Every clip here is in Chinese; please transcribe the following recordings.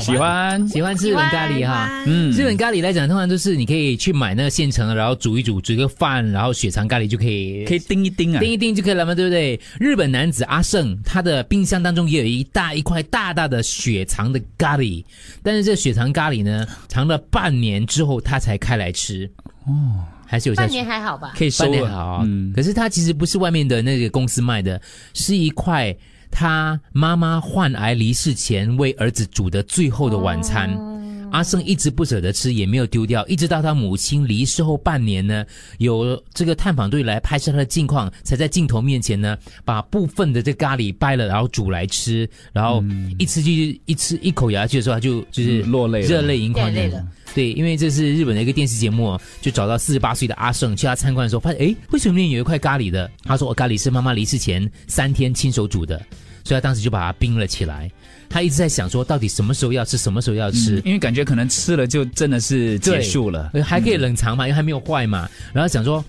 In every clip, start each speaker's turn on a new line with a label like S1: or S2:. S1: 喜欢
S2: 喜欢吃日本咖喱哈，
S1: 嗯
S2: 日本咖喱来讲，通常都是你可以去买那个现成的，然后煮一煮，煮一个饭，然后血肠咖喱就可以
S1: 可以叮一叮啊，
S2: 叮一叮就可以了嘛，对不对？日本男子阿胜，他的冰箱当中也有一大一块大大的血肠的咖喱，但是这血肠咖喱呢，藏了半年之后他才开来吃，哦，还是有下
S3: 半
S2: 去
S3: 年还好吧？
S1: 可以收
S2: 半年
S1: 了。
S2: 好、
S1: 嗯，
S2: 啊可是它其实不是外面的那个公司卖的，是一块他妈妈患癌离世前为儿子煮的最后的晚餐。
S3: 哦
S2: 阿胜一直不舍得吃，也没有丢掉，一直到他母亲离世后半年呢，有这个探访队来拍摄他的近况，才在镜头面前呢，把部分的这咖喱掰了，然后煮来吃，然后一吃就一吃一口咬下去的时候，他就就是
S1: 嗯落泪了
S2: 热嗯泪盈眶这
S3: 热泪
S2: 样
S3: 了
S2: 子。对，因为这是日本的一个电视节目哦，就找到四十八岁的阿胜去他参观的时候，发现诶，为什么里面有一块咖喱的？他说、哦、咖喱是妈妈离世前三天亲手煮的，所以他当时就把它冰了起来。他一直在想说，到底什么时候要吃，什么时候要吃。
S1: 嗯因为感觉可能吃了就真的是结束了。
S2: 呃还可以冷藏嘛，因为还没有坏嘛。然后想说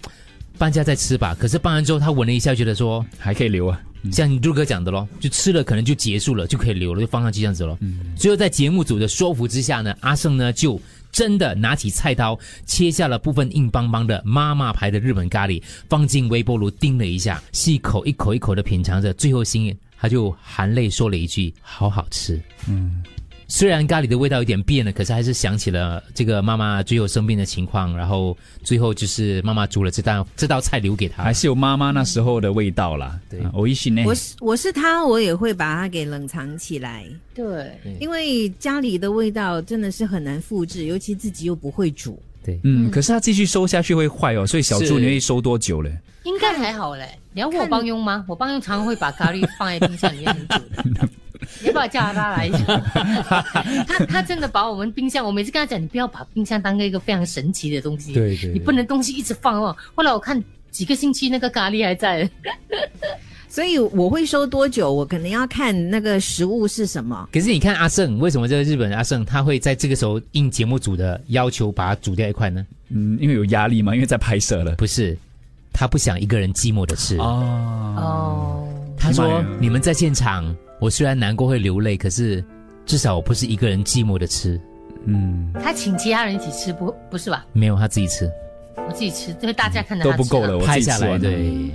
S2: 搬家再吃吧，可是搬完之后他闻了一下，觉得说
S1: 还可以留啊，
S2: 像陆哥讲的咯，就吃了可能就结束了，就可以留了，就放上去这样子咯。最后在节目组的说服之下呢，阿胜呢就真的拿起菜刀切下了部分硬邦邦的妈妈牌的日本咖喱，放进微波炉叮了一下，细口一口一口的品尝着，最后心里他就含泪说了一句：“好好吃。”嗯。虽然咖喱的味道有点变了，可是还是想起了这个妈妈最后生病的情况，然后最后就是妈妈煮了这道这道菜留给他，
S1: 还是有妈妈那时候的味道啦。
S2: 对
S1: 啊，我一心呢，
S4: 我是我是他，我也会把它给冷藏起来，
S3: 对，
S4: 因为家里的味道真的是很难复制，尤其自己又不会煮。
S2: 对。
S1: 嗯，可是它继续收下去会坏哦，所以小
S2: 是
S1: 猪你会收多久嘞？
S3: 应该还好嘞。你要问我帮佣吗？我帮佣常常会把咖喱放在冰箱里面很久的。 你要不要叫他来一下？他他真的把我们冰箱，我每次跟他讲，你不要把冰箱当一个非常神奇的东西，
S2: 对对
S3: 你不能东西一直放哦。后来我看几个星期那个咖喱还在，
S4: 所以我会收多久，我可能要看那个食物是什么。
S2: 可是你看阿胜，为什么这个日本阿胜他会在这个时候应节目组的要求把它煮掉一块呢？
S1: 嗯，因为有压力嘛，因为在拍摄了。
S2: 不是，他不想一个人寂寞的吃。啊
S1: 哦，
S3: 哦，
S2: 他说
S1: 明白：“
S2: 你们在现场，我虽然难过会流泪，可是至少我不是一个人寂寞的吃，
S1: 嗯，
S3: 他请其他人一起吃不不是吧？
S2: 没有他自己吃，
S3: 我自己吃，因为大家看着
S1: 都
S2: 嗯
S3: 他
S1: 不
S3: 吃
S1: 够
S3: 啊
S1: 了，我
S2: 拍
S1: 自己
S2: 下
S1: 吃
S2: 来
S1: 完了。
S2: 对。”